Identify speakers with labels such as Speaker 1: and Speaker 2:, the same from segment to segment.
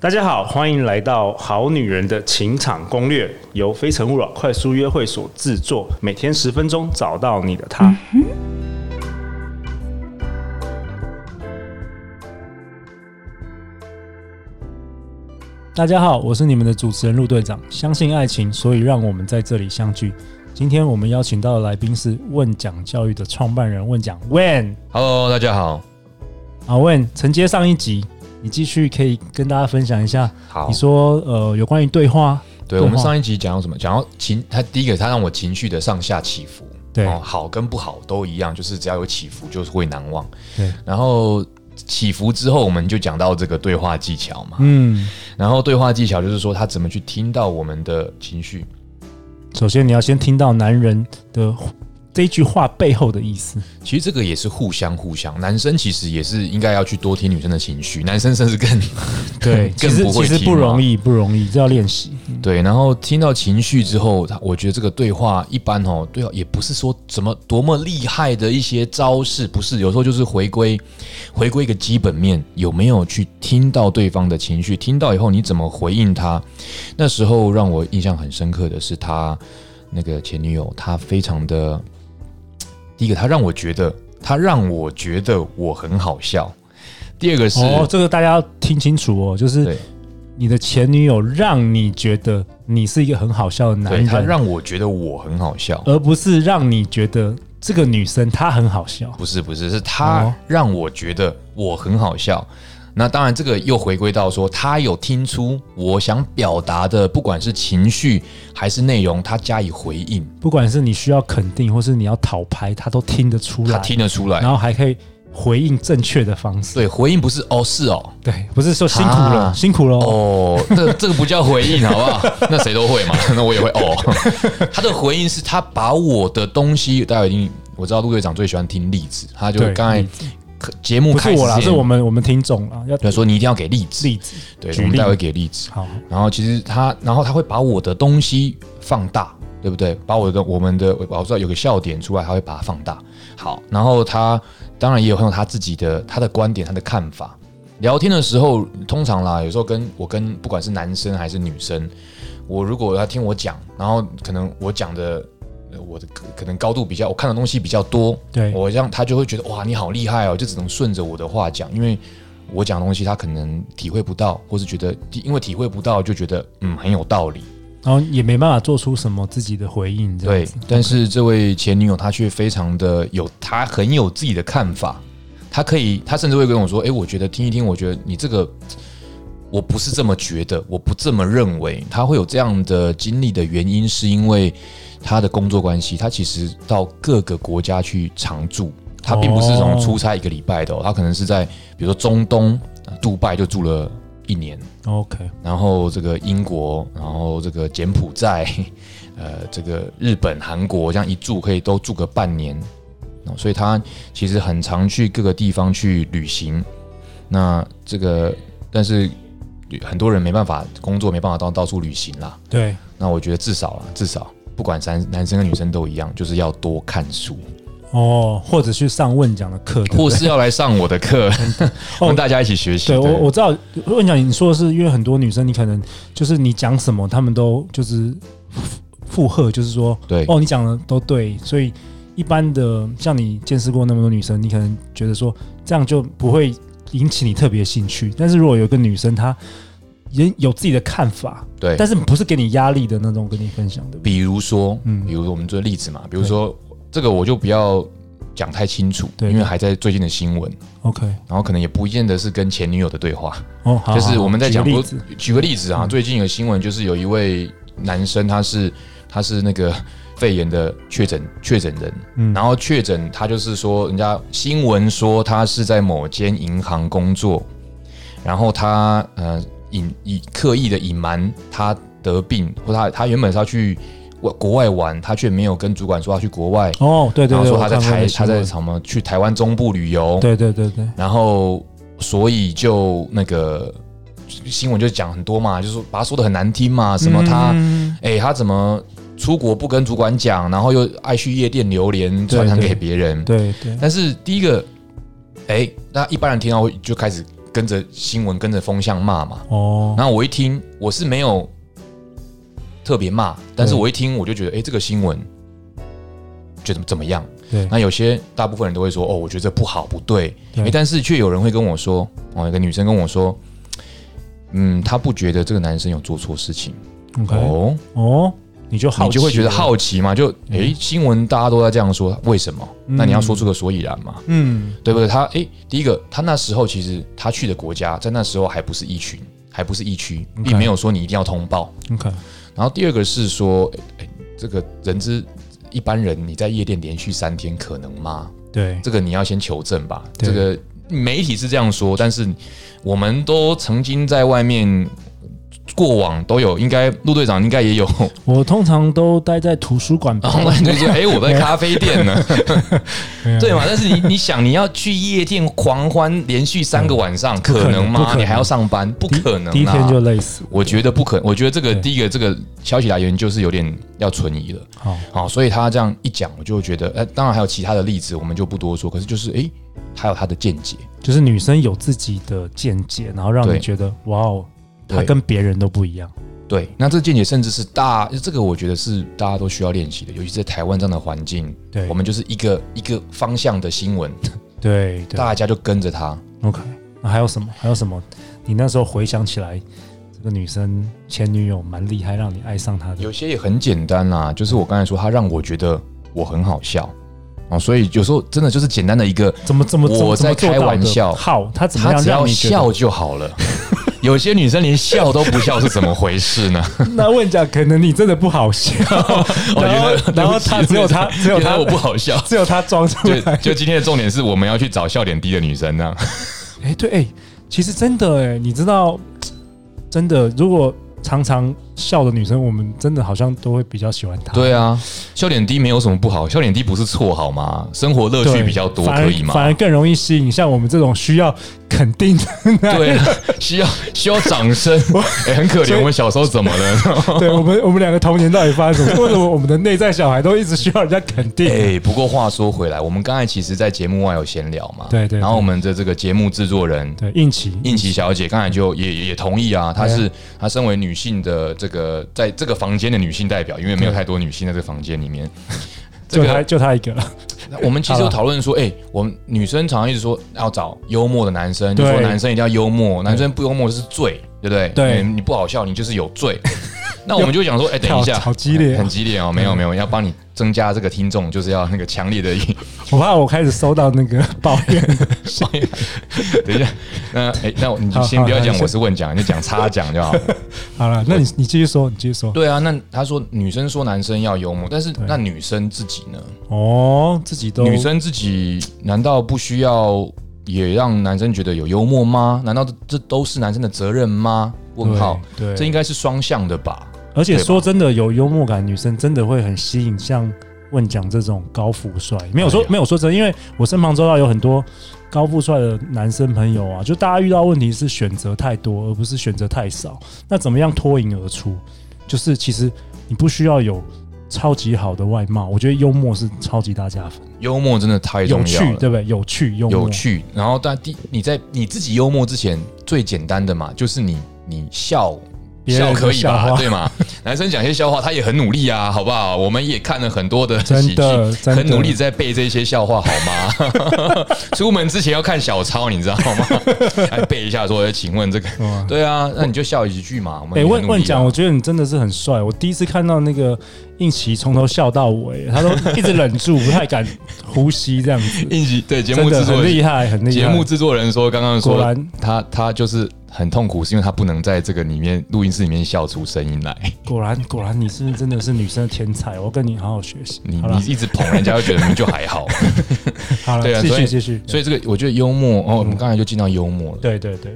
Speaker 1: 大家好，欢迎来到《好女人的情场攻略》，由非诚勿扰快速约会所制作，每天十分钟，找到你的他。大家好，我是你们的主持人陆队长。相信爱情，所以让我们在这里相聚。今天我们邀请到的来宾是问讲教育的创办人问讲 Wen
Speaker 2: Hello，大家好。
Speaker 1: 啊 Wen，承接上一集，你继续可以跟大家分享一下
Speaker 2: 好
Speaker 1: 你说呃，有关于对话，对
Speaker 2: 对我们
Speaker 1: 话
Speaker 2: 上一集讲到什么？讲到情，他第一个，他让我情绪的上下起伏，哦
Speaker 1: 对
Speaker 2: 好跟不好都一样，就是只要有起伏，就是会难忘。
Speaker 1: 对，
Speaker 2: 然后起伏之后，我们就讲到这个对话技巧嘛。
Speaker 1: 嗯，
Speaker 2: 然后对话技巧就是说，他怎么去听到我们的情绪。
Speaker 1: 首先你要先听到男人的这一句话背后的意思，
Speaker 2: 其实这个也是互相互相，男生其实也是应该要去多听女生的情绪，男生甚至更
Speaker 1: 其
Speaker 2: 更
Speaker 1: 实
Speaker 2: 不
Speaker 1: 其
Speaker 2: 会
Speaker 1: 实
Speaker 2: 听啊
Speaker 1: 不
Speaker 2: 嘛
Speaker 1: 容易，不容易，这要练习，
Speaker 2: 对，然后听到情绪之后，他我觉得这个对话一般哦，对话也不是说怎么多么厉害的一些招式，不是，有时候就是回归回归一个基本面，有没有去听到对方的情绪，听到以后你怎么回应他？那时候让我印象很深刻的是他那个前女友，她非常的第一个，她让我觉得，她让我觉得我很好笑。第二个是，
Speaker 1: 哦，这个大家要听清楚哦，就是
Speaker 2: 对
Speaker 1: 你的前女友让你觉得你是一个很好笑的男
Speaker 2: 对，她
Speaker 1: 人，
Speaker 2: 让我觉得我很好笑。
Speaker 1: 而不是让你觉得这个女生她很好笑，
Speaker 2: 不是不是，是
Speaker 1: 哦
Speaker 2: 他让我觉得我很好笑。那当然，这个又回归到说，他有听出我想表达的，不管是情绪还是内容，他加以回应，
Speaker 1: 不管是你需要肯定或是你要讨拍，她都听得出
Speaker 2: 他
Speaker 1: 来，
Speaker 2: 听得出来
Speaker 1: 然。后还可以回应正确的方式，
Speaker 2: 对，回应不是哦，是哦，
Speaker 1: 对，不是说辛苦了，
Speaker 2: 啊
Speaker 1: 辛苦了哦。
Speaker 2: 哦，这这个不叫回应，好不好？ 那谁都会嘛，那我也会哦。他的回应是他把我的东西，大家一定我知道陆队长最喜欢听例子，他就
Speaker 1: 对
Speaker 2: 刚才
Speaker 1: 例
Speaker 2: 节目
Speaker 1: 不是
Speaker 2: 开始
Speaker 1: 我啦，
Speaker 2: 之
Speaker 1: 是
Speaker 2: 前
Speaker 1: 我们我们听众啦，要
Speaker 2: 对说你一定要给例子，
Speaker 1: 例子。
Speaker 2: 对，
Speaker 1: 举
Speaker 2: 我们
Speaker 1: 例
Speaker 2: 待会给例子。
Speaker 1: 好，
Speaker 2: 然后其实他，然后他会把我的东西放大，对不对？把我的我们的，我知道有个笑点出来，他会把它放大。好，然后他当然也有很有他自己的他的观点，他的看法。聊天的时候，通常啦，有时候跟我跟不管是男生还是女生，我如果要听我讲，然后可能我讲的呃我的可能高度比较，我看的东西比较多，
Speaker 1: 对
Speaker 2: 我让他就会觉得哇，你好厉害哦，就只能顺着我的话讲，因为我讲的东西他可能体会不到，或是觉得因为体会不到就觉得嗯很有道理，
Speaker 1: 然后也没办法做出什么自己的回应，这样
Speaker 2: 对
Speaker 1: 子。。
Speaker 2: 但是这位前女友她却非常的有，她很有自己的看法，她可以，她甚至会跟我说，诶，我觉得听一听，我觉得你这个。我不是这么觉得，我不这么认为。她会有这样的经历的原因，是因为她的工作关系，她其实到各个国家去常住，她并不是从
Speaker 1: 哦
Speaker 2: 出差一个礼拜的、哦，她可能是在比如说中东、杜拜就住了一年，
Speaker 1: OK，
Speaker 2: 然后这个英国，然后这个柬埔寨， 呃，这个日本、韩国，这样一住可以都住个半年，哦所以他其实很常去各个地方去旅行。那这个，但是很多人没办法工作，没办法到到处旅行啦。
Speaker 1: 对，
Speaker 2: 那我觉得至少啦，至少不管男男生跟女生都一样，就是要多看 书，
Speaker 1: 哦，或者去上问讲的课，对不对
Speaker 2: 或是要来上我的课， 跟大家一起学习。
Speaker 1: 对我我知道，我跟你讲，你说的是因为很多女生，你可能就是你讲什么，她们都就是附附和，就是说，
Speaker 2: 对
Speaker 1: 哦，你讲的都对，所以一般的像你见识过那么多女生，你可能觉得说这样就不会引起你特别兴趣，但是如果有一个女生她也有自己的看法，
Speaker 2: 对
Speaker 1: 但是不是给你压力的那种跟你分享，对不对？
Speaker 2: 比如说，
Speaker 1: 嗯
Speaker 2: 嗯，比如说我们做例子嘛，比如说这个我就不要讲太清楚，
Speaker 1: 对
Speaker 2: 因为还在最近的新闻，
Speaker 1: OK，
Speaker 2: 然后可能也不见得是跟前女友的对话，
Speaker 1: 哦，好，
Speaker 2: 就是
Speaker 1: 好
Speaker 2: 我们在
Speaker 1: 举个
Speaker 2: 讲，
Speaker 1: 例
Speaker 2: 不
Speaker 1: 子，
Speaker 2: 举个例子啊，
Speaker 1: 嗯
Speaker 2: 最近有新闻就是有一位男生，他是他是那个肺炎的确诊确诊人，
Speaker 1: 嗯
Speaker 2: 然后确诊他就是说，人家新闻说他是在某间银行工作，然后他呃隐隐刻意的隐瞒他得病，或他他原本是要去外国外玩，他却没有跟主管说要去国外，
Speaker 1: 哦，对对
Speaker 2: 然后
Speaker 1: 对，
Speaker 2: 说
Speaker 1: 我
Speaker 2: 他在
Speaker 1: 看过
Speaker 2: 台
Speaker 1: 那新
Speaker 2: 他在
Speaker 1: 闻
Speaker 2: 什么去台湾中部旅游，
Speaker 1: 对对对对，
Speaker 2: 然后所以就那个新闻就讲很多嘛，就是说把他说的很难听嘛，什么他
Speaker 1: 嗯
Speaker 2: 哎、他怎么出国不跟主管讲，然后又爱去夜店流连，
Speaker 1: 对
Speaker 2: 传染
Speaker 1: 对
Speaker 2: 给别人。
Speaker 1: 对对
Speaker 2: 但是第一个，哎、那一般人听到会就开始跟着新闻、跟着风向骂嘛。
Speaker 1: 哦，
Speaker 2: 然后我一听，我是没有特别骂，但是我一听我就觉得，哎、这个新闻觉得怎么样？
Speaker 1: 对，
Speaker 2: 那有些大部分人都会说，哦，我觉得这不好不对，
Speaker 1: 对
Speaker 2: 诶但是却有人会跟我说，哦，有个女生跟我说，嗯，她不觉得这个男生有做错事情
Speaker 1: OK，
Speaker 2: 哦，
Speaker 1: 哦，你就好奇了，
Speaker 2: 你就会觉得好奇嘛，就诶，新闻大家都在这样说，为什么？
Speaker 1: 嗯
Speaker 2: 那你要说出个所以然嘛，
Speaker 1: 嗯，
Speaker 2: 对不对？他诶，第一个，他那时候其实他去的国家，在那时候还不是一群，还不是疫区，
Speaker 1: OK
Speaker 2: 并没有说你一定要通报。
Speaker 1: OK，
Speaker 2: 然后第二个是说，诶诶这个人之一般人，你在夜店连续三天可能吗？
Speaker 1: 对，
Speaker 2: 这个你要先求证吧。
Speaker 1: 对
Speaker 2: 这个媒体是这样说，但是我们都曾经在外面过往都有，应该陆队长应 该也有，
Speaker 1: 我通常都待在图书馆
Speaker 2: 然
Speaker 1: 旁
Speaker 2: 后
Speaker 1: 边，
Speaker 2: 就是哎、诶我在咖啡店 呢，
Speaker 1: 没有
Speaker 2: 对嘛？但是你你想，你要去夜店狂欢连续三个晚上，
Speaker 1: 可
Speaker 2: 可
Speaker 1: 能
Speaker 2: 能
Speaker 1: 不
Speaker 2: 吗
Speaker 1: 可？能
Speaker 2: 你还要上班，不可能、啊。
Speaker 1: 第一天就累死，
Speaker 2: 我觉得不可，我觉得这个
Speaker 1: 对
Speaker 2: 第一个这个消息来源就是有点要存疑了。
Speaker 1: 好，
Speaker 2: 好，所以他这样一讲，我就觉得，呃，当然还有其他的例子，我们就不多说。可是就是，诶，还有他的见解，
Speaker 1: 就是女生有自己的见解，然后让
Speaker 2: 对
Speaker 1: 你觉得哇哦，她
Speaker 2: 对
Speaker 1: 跟别人都不一样，
Speaker 2: 对，那这见解甚至是大，这个我觉得是大家都需要练习的，尤其在台湾这样的环境，
Speaker 1: 对，
Speaker 2: 我们就是一个一个方向的新闻，
Speaker 1: 对对
Speaker 2: 大家就跟着他。
Speaker 1: OK，那还有什么？还有什么？你那时候回想起来，这个女生前女友蛮厉害，让你爱上她的。
Speaker 2: 有些也很简单啦、就是我刚才说，他让我觉得我很好笑哦，所以有时候真的就是简单的一个，
Speaker 1: 怎么怎么怎么
Speaker 2: 我在
Speaker 1: 怎么做到的
Speaker 2: 开玩笑
Speaker 1: 好，她怎么
Speaker 2: 他
Speaker 1: 样
Speaker 2: 只
Speaker 1: 让
Speaker 2: 要
Speaker 1: 你觉得
Speaker 2: 笑？就好了。 有些女生连笑都不笑是怎么回事呢？
Speaker 1: 那问一下，可能你真的不好笑，
Speaker 2: 我觉得
Speaker 1: 然后然后
Speaker 2: 对不起
Speaker 1: 她只有她
Speaker 2: 对不起
Speaker 1: 只有她
Speaker 2: 原来我不 好笑。
Speaker 1: 只有她装出
Speaker 2: 就
Speaker 1: 来。
Speaker 2: 就今天的重点是我们要去找笑点低的女生呢、
Speaker 1: 哎，对，哎，其实真的，哎，你知道，真的，如果常常笑的女生，我们真的好像都会比较喜欢她。
Speaker 2: 对啊，笑点低没有什么不好，笑点低不是错好吗？生活乐
Speaker 1: 对，
Speaker 2: 趣比较多，
Speaker 1: 反而
Speaker 2: 可以吗
Speaker 1: 反？而更容易吸引像我们这种需要肯定的男
Speaker 2: 对啊，需要需要掌声，哎很可
Speaker 1: 所
Speaker 2: 怜，
Speaker 1: 以
Speaker 2: 我们小时候怎么了？
Speaker 1: 对我们，我们两个童年到底发生什么？为什么我们的内在小孩都一直需要人家肯定？
Speaker 2: 哎、不过话说回来，我们刚才其实，在节目外有闲聊嘛，
Speaker 1: 对对
Speaker 2: 然后我们的这个节目制作人
Speaker 1: 对，应奇，
Speaker 2: 应琪小姐刚才就也也也同意啊，她
Speaker 1: 对啊
Speaker 2: 是她身为女性的这个在这个房间的女性代表，因为没有太多女性在这个房间里面。这
Speaker 1: 就他，
Speaker 2: 个
Speaker 1: 就他一个。
Speaker 2: 我们其实
Speaker 1: 好
Speaker 2: 有
Speaker 1: 了
Speaker 2: 讨论说，哎、我们女生常常一直说要找幽默的男生，就
Speaker 1: 对
Speaker 2: 说男生一定要幽默，男生不幽默是罪，对不对？
Speaker 1: 对
Speaker 2: 你你不好笑，你就是有 罪。那我们就想说，哎、等一下，
Speaker 1: 好好激烈哦
Speaker 2: 很激烈哦，没有没有，要帮你增加这个听众，就是要那个强烈的 一
Speaker 1: 我怕我开始收到那个抱怨。
Speaker 2: 等一下，那哎、那我你
Speaker 1: 好
Speaker 2: 先不要
Speaker 1: 好
Speaker 2: 讲
Speaker 1: 好
Speaker 2: 我是问讲，你就讲差讲就好了。
Speaker 1: 好了，那你你继续说，你继续说。
Speaker 2: 对啊，那他说女生说男生要幽默，但是
Speaker 1: 对
Speaker 2: 那女生自己呢？
Speaker 1: 哦，自己都
Speaker 2: 女生自己难道不需要也让男生觉得有幽默吗？难道这这都是男生的责任吗？问号，，
Speaker 1: 对
Speaker 2: 这
Speaker 1: 对，
Speaker 2: 应该是双向的吧？
Speaker 1: 而且
Speaker 2: 对吧
Speaker 1: 说真的，有幽默感，女生真的会很吸引像问讲这种高富帅。没有说
Speaker 2: 哎呀
Speaker 1: 没有说真的，因为我身旁周到有很多高富帅的男生朋友啊，就大家遇到问题是选择太多，而不是选择太少。那怎么样脱颖而出？就是其实你不需要有超级好的外貌，我觉得幽默是超级大加分，
Speaker 2: 幽默真的太
Speaker 1: 有
Speaker 2: 重要
Speaker 1: 趣
Speaker 2: 了。
Speaker 1: 对不对？有趣幽默，
Speaker 2: 有趣，然后但第你在你自己幽默之前，最简单的嘛，就是你你笑
Speaker 1: 别人的
Speaker 2: 可以
Speaker 1: 笑
Speaker 2: 吧，
Speaker 1: 话
Speaker 2: 对吗？男生讲一些笑话，他也很努力啊，好不好？我们也看了很多的
Speaker 1: 真
Speaker 2: 喜剧，
Speaker 1: 的真的
Speaker 2: 很努力在背这些笑话，好吗？ 出门之前要看小抄，你知道吗？ 来背一下说，哎请问这个
Speaker 1: 哇，
Speaker 2: 对啊，那你就笑几句嘛。我们
Speaker 1: 哎、
Speaker 2: 也很
Speaker 1: 问
Speaker 2: 努力啊
Speaker 1: 问讲，我觉得你真的是很帅。我第一次看到那个应奇从头笑到尾，他 都一直忍住，不太敢呼吸这样子。
Speaker 2: 应急 对节目
Speaker 1: 真的
Speaker 2: 制作
Speaker 1: 很厉
Speaker 2: 人，
Speaker 1: 害，很厉害。
Speaker 2: 节目制作人说，刚刚
Speaker 1: 果
Speaker 2: 说
Speaker 1: 然
Speaker 2: 他他就是很痛苦，是因为他不能在这个里面录音室里面笑出声音来。
Speaker 1: 果然果然，你是不是真的是女生的天才？我跟你好好学习。
Speaker 2: 你
Speaker 1: 好
Speaker 2: 你
Speaker 1: 了
Speaker 2: 一直捧人家，会觉得你就 还好。
Speaker 1: 好
Speaker 2: 对
Speaker 1: 了，
Speaker 2: 啊
Speaker 1: 继
Speaker 2: 所以
Speaker 1: 续继续。
Speaker 2: 所以这个我觉得幽默哦，我们刚才就进到幽默了。
Speaker 1: 对对对，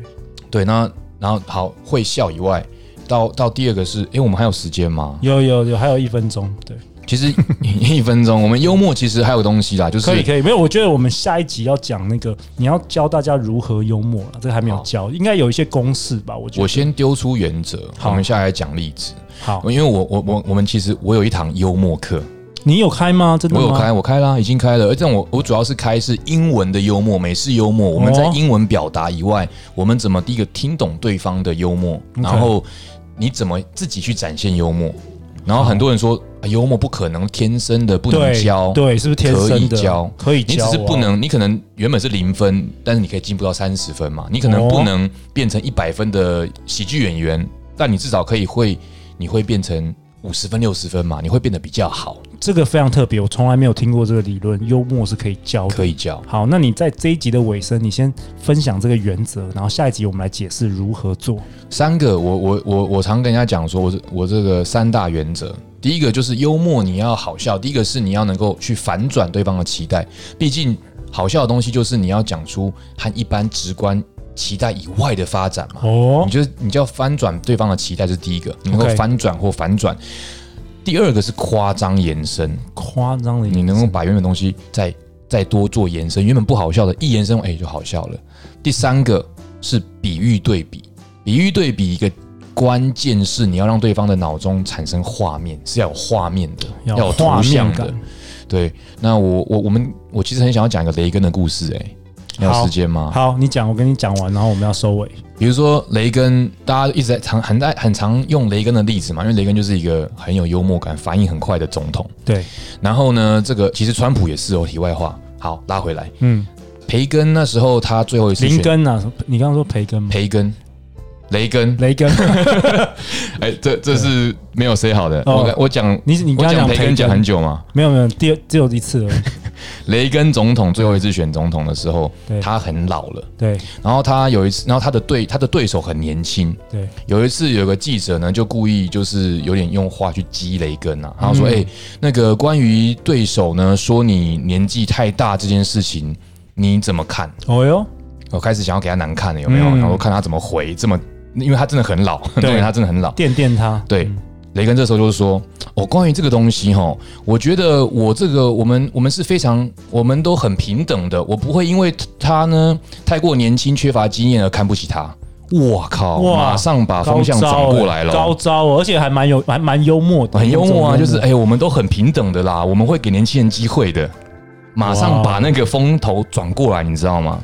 Speaker 2: 对，那然后好会笑以外，到到第二个是，诶，我们还有时间吗？
Speaker 1: 有有有，还有一分钟，对，
Speaker 2: 其实一 分钟，我们幽默其实还有个东西啦，就是
Speaker 1: 可以可以。没有，我觉得我们下一集要讲那个，你要教大家如何幽默了，这个还没有
Speaker 2: 好
Speaker 1: 教，应该有一些公式吧？我觉得
Speaker 2: 我先丢出原则，
Speaker 1: 好
Speaker 2: 我们下来讲例子。
Speaker 1: 好
Speaker 2: 因为我我我我们其实我有一堂幽默课，
Speaker 1: 你有开吗？真的
Speaker 2: 我
Speaker 1: 吗？
Speaker 2: 有开，我开啦，已经开了。而且我我主要是开是英文的幽默，美式幽默。
Speaker 1: 哦
Speaker 2: 我们在英文表达以外，我们怎么第一个听懂对方的幽默，然后你怎么自己去展现幽默？然后很多人说、啊幽默不可能天生的，不能
Speaker 1: 对
Speaker 2: 教。
Speaker 1: 对，是不是天
Speaker 2: 可以
Speaker 1: 生的？
Speaker 2: 教
Speaker 1: 可以教
Speaker 2: 你只
Speaker 1: 啊，
Speaker 2: 是不能，你可能原本是零分，但是你可以进步到三十分嘛。你可能
Speaker 1: 哦
Speaker 2: 不能变成一百分的喜剧演员，但你至少可以会，你会变成五十分、六十分嘛，你会变得比较好，
Speaker 1: 这个非常特别，我从来没有听过这个理论，幽默是可以教的。
Speaker 2: 可以教。
Speaker 1: 好，那你在这一集的尾声，你先分享这个原则，然后下一集我们来解释如何做。
Speaker 2: 三个，我我我我常跟人家讲说，我这我这个三大原则，第一个就是幽默，你要好笑；第一个是你要能够去反转对方的期待，毕竟好笑的东西就是你要讲出和一般直观期待以外的发展嘛。
Speaker 1: 哦
Speaker 2: 你，就你就要翻转对方的期待，这是第一个，你能够
Speaker 1: OK
Speaker 2: 翻转或反转。第二个是夸张延伸，
Speaker 1: 夸张的，
Speaker 2: 你能够把原本东西再再多做延伸，原本不好笑的，一延伸哎、就好笑了。第三个是比喻对比，比喻对比一个关键是你要让对方的脑中产生画面，是要有画面的，
Speaker 1: 要
Speaker 2: 要有
Speaker 1: 有
Speaker 2: 图
Speaker 1: 画
Speaker 2: 像
Speaker 1: 面
Speaker 2: 的
Speaker 1: 感。。
Speaker 2: 对，那我我我们我其实很想要讲一个雷根的故事、哎，你有
Speaker 1: 好
Speaker 2: 时间吗？
Speaker 1: 好，你讲，我跟你讲完，然后我们要收尾。
Speaker 2: 比如说雷根，大家一直在常很在很常用雷根的例子嘛，因为雷根就是一个很有幽默感、反应很快的总统。
Speaker 1: 对，
Speaker 2: 然后呢，这个其实川普也是哦。题外话，好拉回来，
Speaker 1: 嗯，
Speaker 2: 培根那时候他最后一次
Speaker 1: 林
Speaker 2: 选
Speaker 1: 根啊，你刚刚说培根吗？
Speaker 2: 培根，雷根，
Speaker 1: 雷根，
Speaker 2: 哎、这这是没有 say 好的。
Speaker 1: 哦
Speaker 2: 我跟我讲，
Speaker 1: 你你
Speaker 2: 我
Speaker 1: 刚刚
Speaker 2: 讲
Speaker 1: 讲
Speaker 2: 培根讲很久嘛。
Speaker 1: 没有没有，第二只有一次而已。
Speaker 2: 雷根总统最后一次选总统的时候，
Speaker 1: 对
Speaker 2: 他很老了，
Speaker 1: 对
Speaker 2: 然后他有一次，然后他的对他的对手很年轻，
Speaker 1: 对，
Speaker 2: 有一次，有个记者呢，就故意就是有点用话去激雷根
Speaker 1: 嗯
Speaker 2: 啊，然后说：“哎、那个关于对手呢，说你年纪太大这件事情，你怎么看
Speaker 1: 哦哟，？”
Speaker 2: 我开始想要给他难看了，有没有？
Speaker 1: 嗯
Speaker 2: 然后看他怎么回，这么，因为他真的很老，
Speaker 1: 对
Speaker 2: 对，他真的很老。
Speaker 1: 垫垫他。
Speaker 2: 对
Speaker 1: 嗯，
Speaker 2: 雷根这时候就是说：“哦，关于这个东西哈，我觉得我这个我们我们是非常我们都很平等的，我不会因为他呢太过年轻缺乏经验而看不起他。”我靠！
Speaker 1: 哇
Speaker 2: 马上把
Speaker 1: 高
Speaker 2: 风向转
Speaker 1: 招
Speaker 2: 过
Speaker 1: 欸
Speaker 2: 来了，
Speaker 1: 高招哦，而且还蛮有还蛮幽默的，
Speaker 2: 很幽默
Speaker 1: 有种
Speaker 2: 啊，就是哎、我们都很平等的啦，我们会给年轻人机会的。马上把那个风头转过来，你知道吗？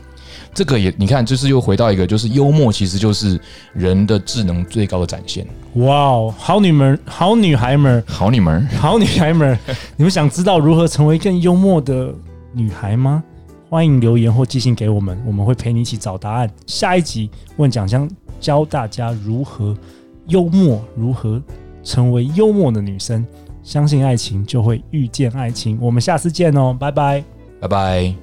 Speaker 2: 这个也你看，就是又回到一个，就是幽默其实就是人的智能最高的展现。
Speaker 1: 哇哦，好女们，好女孩们，
Speaker 2: 好，你们
Speaker 1: 好女孩们，你们想知道如何成为更幽默的女孩吗？欢迎留言或寄信给我们，我们会陪你一起找答案。下一集问奖项教大家如何幽默，如何成为幽默的女生。相信爱情，就会遇见爱情。我们下次见哦，拜拜。
Speaker 2: 拜拜。